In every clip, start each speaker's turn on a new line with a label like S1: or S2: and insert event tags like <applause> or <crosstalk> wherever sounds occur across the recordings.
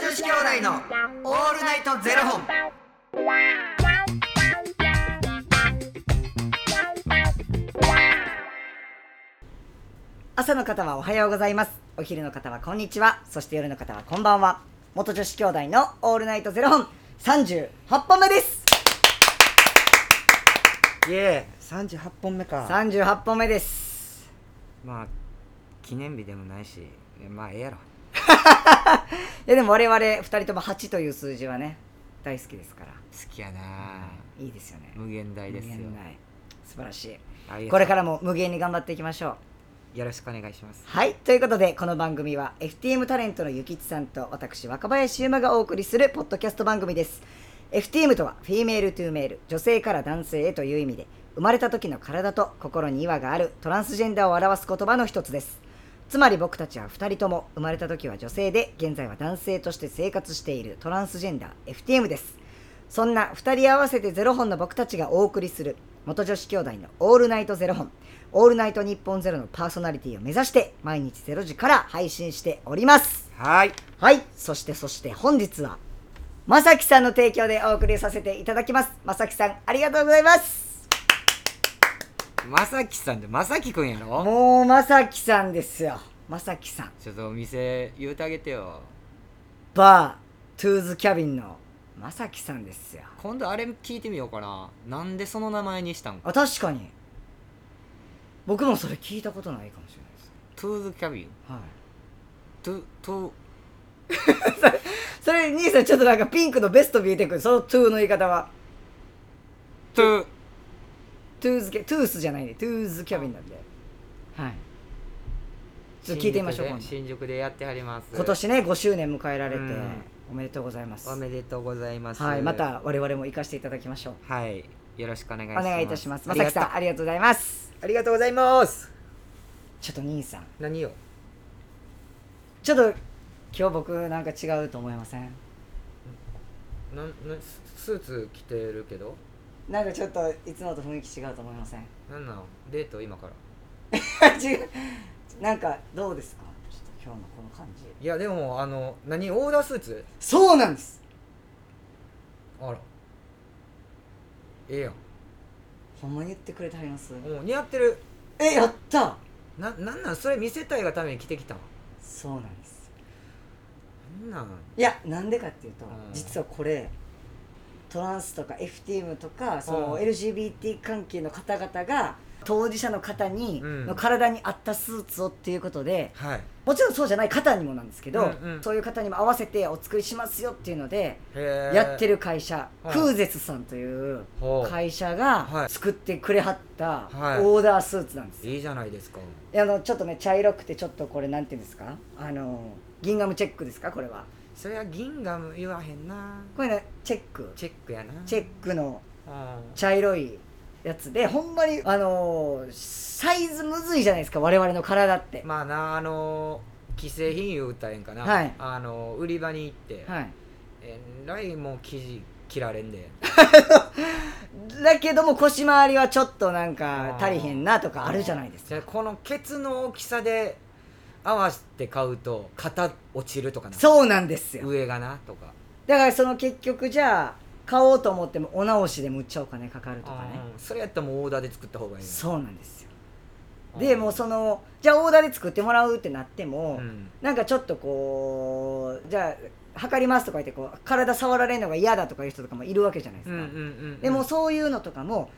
S1: 子兄弟のオールナイトゼロ本。
S2: 朝の方はおはようございますお昼の方はこんにちはそして夜の方はこんばんは元女子兄弟のオールナイトゼロ本38本目です
S1: イエーイ、38本目か。
S2: 38本目です
S1: まあ、記念日でもないし、まあ、ええやろ。
S2: いやでも我々2人とも8という数字はね大好きですから
S1: 好きやな、
S2: いいですよね
S1: 無限大ですよ。
S2: 無限大素晴らし
S1: あり
S2: い
S1: がとう
S2: これからも無限に頑張っていきましょう
S1: よろしくお願いします。
S2: はいということでこの番組は FTM タレントのゆきちさんと私若林優馬がお送りするポッドキャスト番組です FTM とはフィメールトゥーメール女性から男性へという意味で生まれた時の体と心に違和があるトランスジェンダーを表す言葉の一つですつまり僕たちは2人とも生まれた時は女性で現在は男性として生活しているトランスジェンダー FTM ですそんな2人合わせてゼロ本の僕たちがお送りする元女子兄弟のオールナイトゼロ本オールナイト日本ゼロのパーソナリティを目指して毎日ゼロ時から配信しております
S1: はい。
S2: はいそしてそして本日はまさきさんの提供でお送りさせていただきますまさきさんありがとうございます
S1: まさきさんで、まさきくんやろ
S2: もうまさきさんですよまさきさん
S1: ちょっとお店言うてあげてよ。
S2: バートゥーズキャビンのまさきさんですよ
S1: 今度あれ聞いてみようかな。なんでその名前にしたんか。
S2: あ確かに僕もそれ聞いたことないかもしれないです
S1: トゥーズキャビン。
S2: はい
S1: トゥ、トゥ、
S2: それ兄さんちょっとなんかピンクのベスト見えてくるそのトゥーの言い方は
S1: トゥ、
S2: トゥーズキャトゥースじゃないねトゥーズキャビンなんではいちょっと聞いてみましょう今
S1: 新
S2: 度
S1: 宿で新宿でやってはります。
S2: 今年ね5周年迎えられて
S1: うん
S2: おめでとうございます
S1: おめでとうございます。
S2: はいま。た我々も行かせていただきましょう
S1: はい。よろしくお願いし
S2: お
S1: ます。
S2: 願いいたしますま
S1: あ
S2: さ
S1: り
S2: き
S1: がとう
S2: さんありがとうございます
S1: ありがとうございます。
S2: ちょっと兄さん
S1: 何よ。
S2: ちょっと今日僕なんか違うと思いません
S1: なん、なん、ススーツ着てるけど。
S2: なんかちょっといつもと雰囲気違うと思いません <laughs>
S1: なんなの。デート今から。
S2: 違うなんかどうですかちょっと今日のこの感じ
S1: いや、でも、あの、何、オーダースーツ。
S2: そうなんです
S1: あら。ええやん。
S2: ほんまに言ってくれてはります
S1: もう似合ってる。
S2: えやった
S1: な、なんなん、それ見せたいがために着てきたん。
S2: そうなんです
S1: なんなん。
S2: いやなんでかっていうと、
S1: うん
S2: 実はこれトランスとか FTM とかその
S1: うん
S2: LGBT 関係の方々が当事者の方に、
S1: うん
S2: の体に合ったスーツをっていうことで
S1: はい。
S2: もちろんそうじゃない方にもなんですけど、
S1: うんうん
S2: そういう方にも合わせてお作りしますよっていうので、
S1: へ
S2: やって
S1: る。
S2: る会社、
S1: うん
S2: クーゼスさんという
S1: ほう
S2: 会社
S1: は
S2: が
S1: い
S2: 作ってくれはった
S1: はい
S2: オーダースーツなんですよ
S1: いいじゃないですか。
S2: あのちょっとね茶色くてちょっとこれなんていうんですかあの銀ガムチェックですかこれは
S1: それは銀ガム言わへんな。
S2: これねチェック
S1: チェックやな。
S2: チェ
S1: ク。
S2: ックの
S1: うん。
S2: 茶色いやつでほんまにあのサイズむずいじゃないですか我々の体って
S1: まあなあの既製品言うたらええんかな、
S2: はい
S1: あの売り場に行って、
S2: はい
S1: えらいもう生地切られんで
S2: だけども腰回りはちょっとなん
S1: あ
S2: か
S1: ー
S2: 足りへんなとかあるじゃないです
S1: じゃあ
S2: か
S1: このケツの大きさで合わせて買うと肩落ちるとかな
S2: そうなんですよ
S1: 上がなとか
S2: だからその結局じゃあ買おうと思ってもお直しでむっちゃお金かかるとかね
S1: うんそれやったらもうオーダーで作った方がいい
S2: そうなんですよ
S1: うん
S2: でもうそのじゃあオーダーで作ってもらうってなっても、
S1: うん
S2: なんかちょっとこうじゃあ測りますとか言ってこう体触られるのが嫌だとかいう人とかもいるわけじゃないで
S1: う
S2: す
S1: ん
S2: か、
S1: うんうん
S2: でもそういうのとかも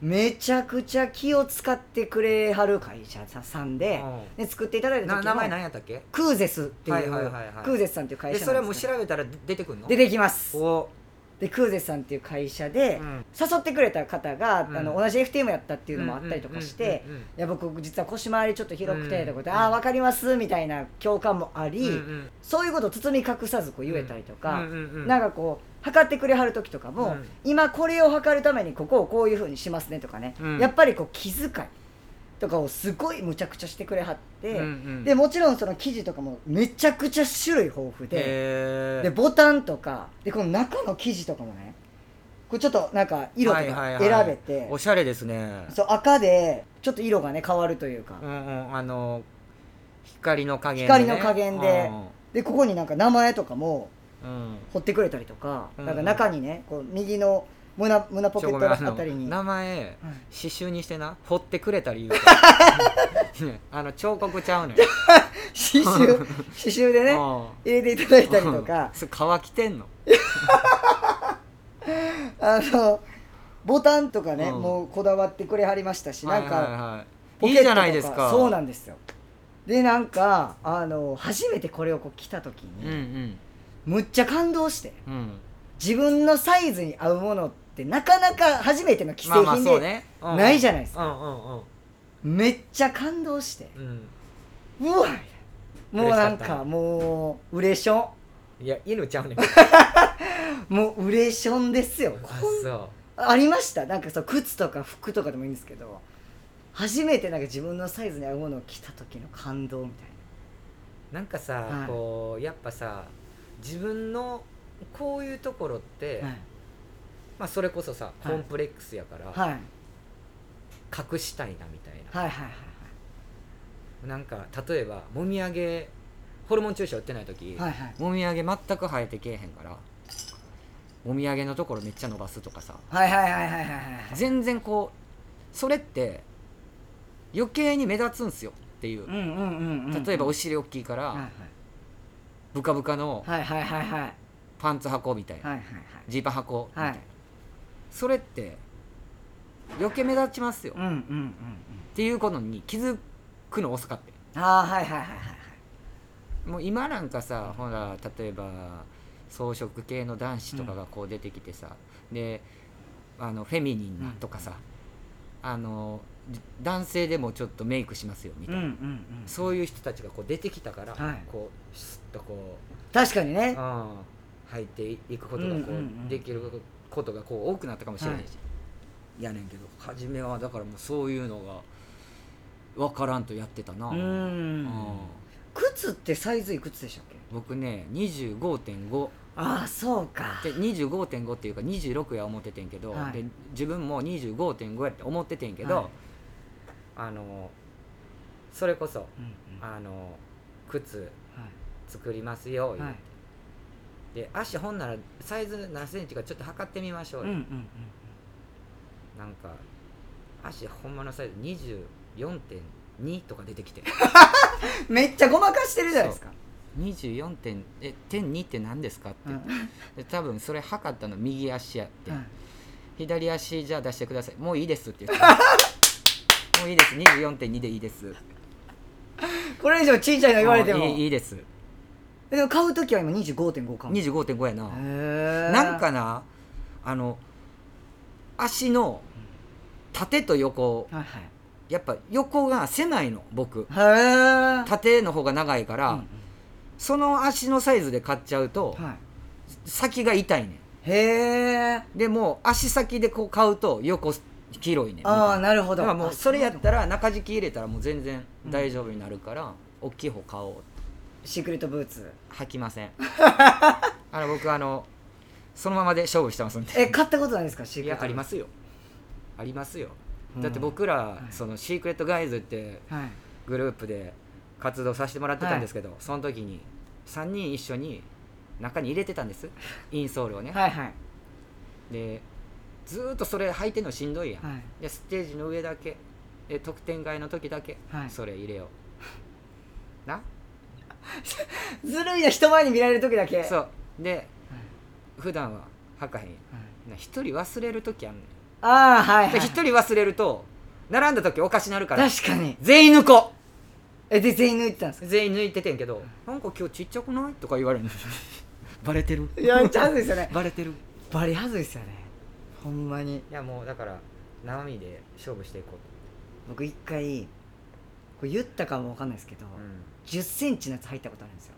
S2: めちゃくちゃ気を使ってくれはる会社さんで,、
S1: う
S2: で作っていただいた
S1: な
S2: 時
S1: 名前何
S2: も
S1: やったっけ
S2: クーゼスっていう、
S1: はいはいはいはい
S2: クーゼスさんっていう会
S1: で
S2: 社
S1: それ
S2: なん
S1: も
S2: で
S1: 調
S2: すけど
S1: べたら出てくるの
S2: 出てきます
S1: お、
S2: でクーゼスさんっていう会社で、
S1: うん
S2: 誘ってくれた方が、
S1: うん
S2: あの同じ FTM やったっていうのもあったりとかして、
S1: うんうんうん
S2: い
S1: うん
S2: や僕実は腰回りちょっと広くてとかで、
S1: うん
S2: ああ分かりますみたいな共感もあり、
S1: うんうん
S2: そういうことを包み隠さずこう言えたりとか、
S1: うんうんうん
S2: なんかこう測ってくれはる時とかも、
S1: うん
S2: 今これを測るためにここをこういうふうにしますねとかね、
S1: うん
S2: やっぱりこう気遣いとかをすごいむちゃくちゃしてくれはって、
S1: うんうん
S2: でもちろんその生地とかもめちゃくちゃ種類豊富で,、
S1: へー
S2: でボタンとかでこの中の生地とかもねこうちょっとなんか色とか
S1: はい
S2: 選
S1: はいはい
S2: べて、
S1: おしゃれですね
S2: そう赤でちょっと色がね変わるというか、
S1: うんうんあの光の加減
S2: 光の加減で
S1: うん
S2: でここになんか名前とかも
S1: うん
S2: 掘ってくれたりとか、
S1: うん
S2: なんか中にねこう右の胸胸ポ
S1: ち
S2: ケッ
S1: ょご
S2: ト
S1: めん
S2: の
S1: あの
S2: あたりに、
S1: 名前
S2: うん
S1: 刺繍にしてな彫ってくれた理
S2: <laughs>
S1: 由がねあの彫刻ちゃうのよ
S2: 刺
S1: <laughs>
S2: 繍刺繍でね
S1: うん
S2: 入れていただいたりとか
S1: うんそれ乾きてんの
S2: あのボタンとかね、
S1: うん
S2: もうこだわってくれはりましたし、なん
S1: はいはい
S2: か
S1: はい、いいじゃないですか
S2: そうなんんですよでなんかあの初めてこれをこう着た時
S1: うんう
S2: に、
S1: ん
S2: むっちゃ感動して
S1: うん
S2: 自分のサイズに合うものってなかなか初めての既製品で、ないじゃないです
S1: かうんうん
S2: めっちゃ感動して
S1: うんうん
S2: うわもうなん
S1: 嬉しか
S2: か
S1: った
S2: もううれしょ
S1: いや犬ちゃう
S2: <laughs>
S1: ねん
S2: んもううれしょんですよ
S1: あそ
S2: ありましたなんかそう靴とか服とかでもいいんですけど初めてなんか自分のサイズに合うものを着た時の感動みたいう
S1: なんかさ、
S2: はい
S1: こうやっぱさ自分のこういうところって、
S2: な、
S1: まあ、それこそさ
S2: は
S1: コ
S2: い
S1: ンプレックスやから、
S2: はい、はい
S1: 隠したいなみたいな、
S2: はいはいはい
S1: なんか例えばもみあげホルモン注射打ってない時、
S2: はいはい
S1: もみあげ全く生えてけえへんからもみあげのところめっちゃ伸ばすとかさ
S2: はいはいはいはいはいはい
S1: 全然こうそれって余計に目立つんすよっていう、
S2: うんうんうんうん
S1: 例えばお
S2: し
S1: 尻大きいから、
S2: はい
S1: ブカブカの
S2: はいはいはいはいはい
S1: パンツ箱みたいな
S2: はいはい
S1: ジー、パン箱みたいな、
S2: はい
S1: それって余計目立ちますよ、
S2: うんうんうんうん
S1: っていうことに気づくの遅かったよ
S2: ああはいはいはいはい
S1: もう今なんかさほら例えば装飾系の男子とかがこう出てきてさ、であのフェミニンなとかさ、あの男性でもちょっとメイクしますよみた
S2: う
S1: い
S2: んうん
S1: な、
S2: うん
S1: そういう人たちがこう出てきたから、
S2: はい
S1: こうスッとこ
S2: 確かに
S1: う、
S2: ね
S1: うん入っていくことがこ
S2: うんう
S1: う、
S2: んうん
S1: できることがこう多くなったかもしれないし、やねんけど初めはだからもうそういうのが分からんとやってたな、
S2: う
S1: うん
S2: ん靴ってサイズいくつでしたっけ
S1: 僕ね25.5
S2: ああそうか
S1: で25.5っていうか26や思っててんけど、
S2: はい
S1: で自分も25.5やって思っててんけど、
S2: はい
S1: あのそれこそ
S2: うんうんは
S1: あの靴作りますよ、
S2: いはい
S1: で足ほんならサイズ何センチかちょっと測ってみましょう
S2: う
S1: よ、
S2: んうんうん
S1: なんか足ほんまのサイズ24.2とか出て
S2: <laughs>
S1: きて
S2: めっちゃごまかしてるじゃないですか
S1: 24点え点2って何ですかっ
S2: う
S1: て、
S2: ん
S1: で多分それ測ったの右足やって、
S2: うん
S1: 左足じゃあ出してくださいもういいですって言って
S2: <laughs>
S1: もういいです24.2でいいです
S2: これ以上ちいちゃいの言われても
S1: あいいいいです
S2: でも買う時は今25.5かもへ
S1: 25.5やな、
S2: え
S1: なんかなあの足の縦と横
S2: はいはい
S1: やっぱ横が狭いの僕
S2: へえ
S1: 縦の方が長いから、
S2: うん
S1: その足のサイズで買っちゃうと、
S2: うんはい
S1: 先が痛いね
S2: へえ
S1: んでも足先でこう買うと横広いねん
S2: ああなるほ
S1: だ
S2: ど
S1: からもうそれやった
S2: ら
S1: ら中敷き入れたらもう全然大丈夫になるから、大きい方買おう
S2: シークレットブーツ
S1: 履きませんあの僕あのそのままで勝負してますんで
S2: え買ったことないですかシー
S1: い
S2: クレッ
S1: や
S2: ト
S1: ありますすよありますよ、
S2: うん
S1: だって僕ら、
S2: い
S1: そのシークレットガイズって
S2: はい
S1: グループで活動させてもらってたんですけど、その時に3人一緒に中に入れてたんですインソールをね、
S2: はいはい
S1: でずーっとそれ履いてんのしんどいやん、
S2: はい
S1: でステージの上だけで得点外の時だけ、
S2: はい
S1: それ入れよ
S2: <laughs>
S1: うな
S2: ずるいな人前に見られる時だけ
S1: そううで普段は履かへんやんな一人忘れる時あんねん
S2: ああはいは
S1: で
S2: い
S1: 一人忘れると並んだ時おかしなるから
S2: 確かに
S1: 全員抜こ
S2: えで全員抜いてたんです
S1: う全員抜いててんけどなんか今日ちっちゃくないとか言われるの <laughs> バレてる
S2: かいやチャンスですよね
S1: バレてる
S2: バリはずいですよねほんまに
S1: いやもうだから生身で勝負していこ
S2: 僕一回これ言ったかもわかんないですけど、
S1: う、
S2: 1 0ンチのやつ入ったことあるんですよ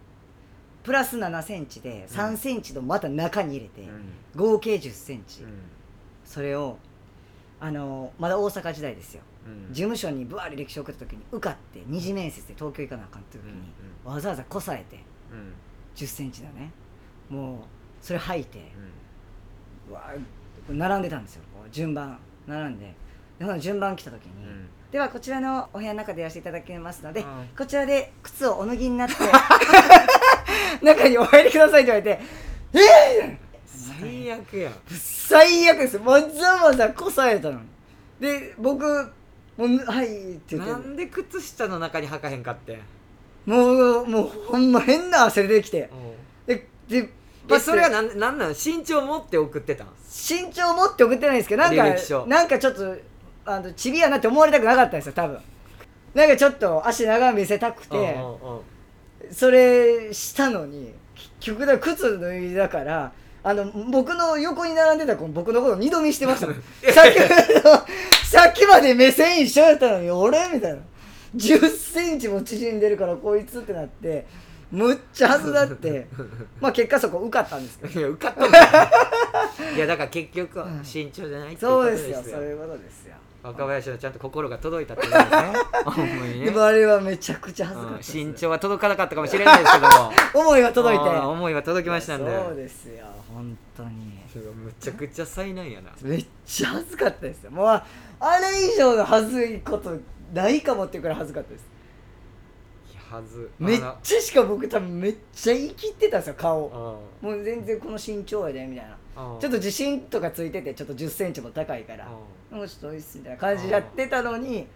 S2: プラス7センチで3センチのまた中に入れて、
S1: うん
S2: 合計1 0センチ、
S1: う
S2: それをあのまだ大阪時代ですよ、
S1: んうん
S2: 事務所にぶわり歴史送った時に受かって二次面接で東京行かなあかんって時に、わざわざこさえて
S1: うんうん
S2: 1 0ンチだねもうそれ履いて、
S1: うん
S2: うわ並んでたんですよこう順番並んででほな順番来た時に、
S1: うん
S2: ではこちらのお部屋の中でやらせていただきますので、
S1: うん <laughs>
S2: こちらで靴をお脱ぎになって中にお入りくださいって言われて
S1: 最悪や
S2: 最悪ですわざわざこさえたのにで僕もうはいって言って
S1: なんで靴下の中に履かへんかってん
S2: もうもうほんま変な汗出てきてでで
S1: えそれは
S2: な
S1: なんなんなん身長持って送ってたん
S2: 身長持って送ってないんですけどなんか
S1: 履歴書
S2: なんかちょっとあのチビやなって思われたくなかったんですよ多分なんかちょっと足長め見せたくて
S1: うんうんうん
S2: それしたのに結局だ靴脱いだからあの僕の横に並んでた子も僕のこと二度見してました
S1: <laughs>
S2: もんさっきあのさっきまで目線一緒やったのに俺みたいな1 0ンチも縮んでるからこいつってなってむっちゃはずだって
S1: <laughs>
S2: まあ結果そこ受かったんですけど
S1: いや受かったんだいやだから結局は
S2: うん
S1: 身長じゃないってい
S2: そう
S1: こと
S2: うで
S1: ですす
S2: よ
S1: よ
S2: そういうことですよ
S1: 若林のちゃんと心が届いたってことで
S2: <laughs>
S1: すねほんまにね
S2: でもあれはめちゃくちゃ恥ずかしかったです
S1: うん身長は届かなかったかもしれないですけども
S2: 思いが <laughs> 届いて
S1: あー思いは届きましたんで
S2: そうですよ本当に
S1: むちゃくちゃ災難やな
S2: めっちゃ恥ずかったですよもうあれ以上の恥ずいことないかもっていうくらい恥ずかったです
S1: はず
S2: めっ
S1: あの
S2: ちゃしか僕多分めっちゃ生きてたんですよ顔
S1: うん
S2: もう全然この身長やでみたいな
S1: うん
S2: ちょっと自信とかついててちょっと1 0ンチも高いから
S1: う
S2: もうちょっといいっすみたいな感じでやってたのに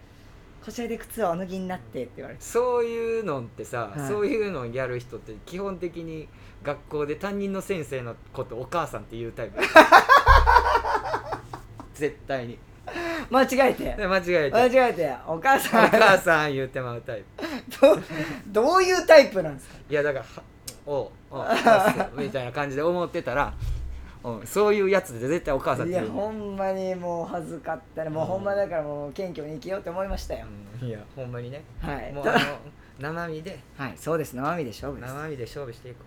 S2: こちらで靴はお脱ぎになってって言われて
S1: そういうのってさ、
S2: はい
S1: そういうのをやる人って基本的に学校で担任の先生のことお母さんって言う
S2: <laughs>
S1: タイプ絶対に
S2: 間違えて
S1: で間違えて
S2: 間違えてお母
S1: お
S2: さん
S1: 母さん言うてまうタイプ
S2: どうどういうタイプなんですか
S1: いやだからは「おうおうそうそうみたいな感じで思ってたら、うん、そういうやつで絶対お母さんっ
S2: い
S1: て言
S2: や
S1: う
S2: ほんまにもう恥ずかったねもうほんまだからもう謙虚に生きようって思いましたよ、
S1: うんいやほんまにね
S2: はい
S1: <laughs> もうあの生身で
S2: はいそうです生身で勝負です、はい、
S1: 生身で勝負していこ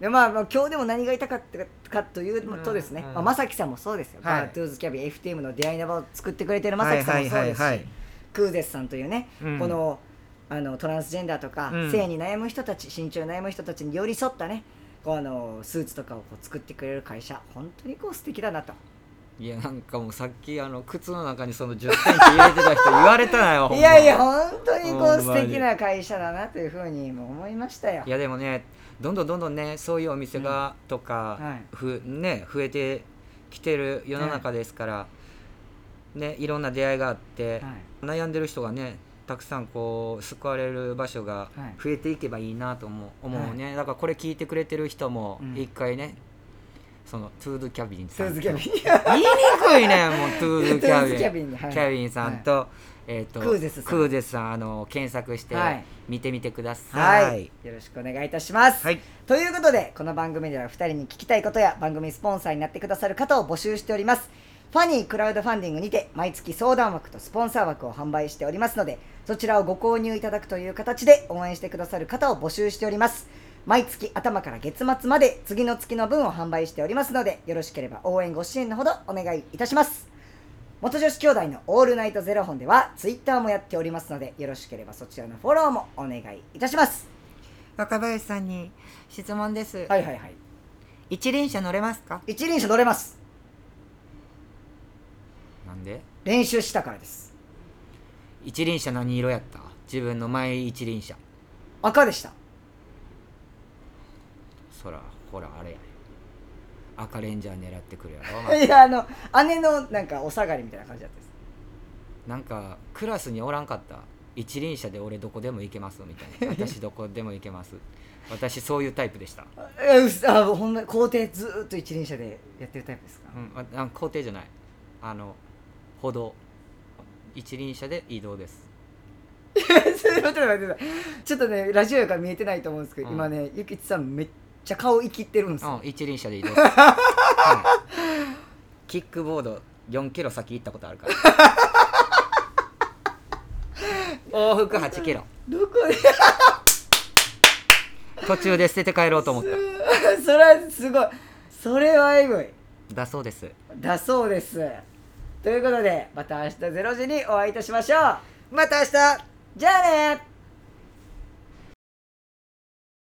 S2: でまあまあ今日でも何が痛かったかというとですね、
S1: うんうん
S2: まあ、正樹さんもそうですよ、
S1: はい
S2: バートゥーズキャビン FTM の出会いの場を作ってくれてる正樹さんもそうですし、
S1: はいはいはいはい
S2: クーゼスさんというね、
S1: うん
S2: このあのトランスジェンダーとか、
S1: うん
S2: 性に悩む人たち身長に悩む人たちに寄り添ったねこうあのスーツとかをこう作ってくれる会社本当にこう素敵だなと
S1: ういやなんかもうさっきあの靴の中にその1 0ンチ入れてた人言われたなよほん
S2: い
S1: ま
S2: やいや本当にこう
S1: ほん
S2: 素
S1: まに
S2: 敵な会社だなというふうにも思いましたよ
S1: いやでもねどんどんどんどんねそういうお店がとか、
S2: はい
S1: ふね、増えてきてる世の中ですから、いね、いろんな出会いがあって、
S2: はい
S1: 悩んでる人がねたくさんこう救われる場所が
S2: はい
S1: 増えていけばいいなと思う,、思うねだからこれ聞いてくれてる人も
S2: うん
S1: 一回ね、そのトゥードキャビン
S2: ス
S1: さん
S2: ー
S1: と
S2: ツキャビン
S1: 言いにくいねもうトゥー
S2: <laughs>
S1: ドキャビン
S2: トゥーズキャビンはい
S1: キャビンさんと,、えーと
S2: クーゼスさん
S1: クーゼスさんあの検索して
S2: はい
S1: 見てみてください、
S2: はい、よろしくお願いいたします、
S1: はい
S2: ということでこの番組では2人に聞きたいことや番組スポンサーになってくださる方を募集しておりますファニークラウドファンディングにて毎月相談枠とスポンサー枠を販売しておりますのでそちらをご購入いただくという形で応援してくださる方を募集しております毎月頭から月末まで次の月の分を販売しておりますのでよろしければ応援ご支援のほどお願いいたします元女子兄弟のオールナイトゼロ本ではツイッターもやっておりますのでよろしければそちらのフォローもお願いいたします
S1: 若林さんに質問です、
S2: はいはいはい
S1: 一輪車乗れますか
S2: 一輪車乗れます
S1: なんで
S2: 練習したからです
S1: 一輪車何色やった自分の前一輪車
S2: 赤でした
S1: そらほらあれやね赤レンジャー狙ってくるやろ、
S2: <laughs>
S1: ま
S2: いやあの姉のなんかお下がりみたいな感じだったです
S1: なんかクラスにおらんかった一輪車で俺どこでも行けますみたいな私どこでも行けます私そういうタイプでした、
S2: あいやうっすあほんまに校庭ずーっと一輪車でやってるタイプですか
S1: うん、ああ校庭じゃないあの歩道一輪車で移動です
S2: <laughs> ちょっと待って待って待ってちょっとねラジオやから見えてないと思うんですけど、
S1: うん
S2: 今ねゆきちさんめっちゃ顔生きってるんです
S1: う
S2: よ、
S1: ん一輪車で移動 <laughs> する、はいキックボード4キロ先行ったことある <laughs> から往復8キロ
S2: どこで <laughs>
S1: 途中で捨てて帰ろうと思っ
S2: それはすごいそれはエグい
S1: ただそうです
S2: だそうですということでまた明日0時にお会いいたしましょうまた明日じゃあね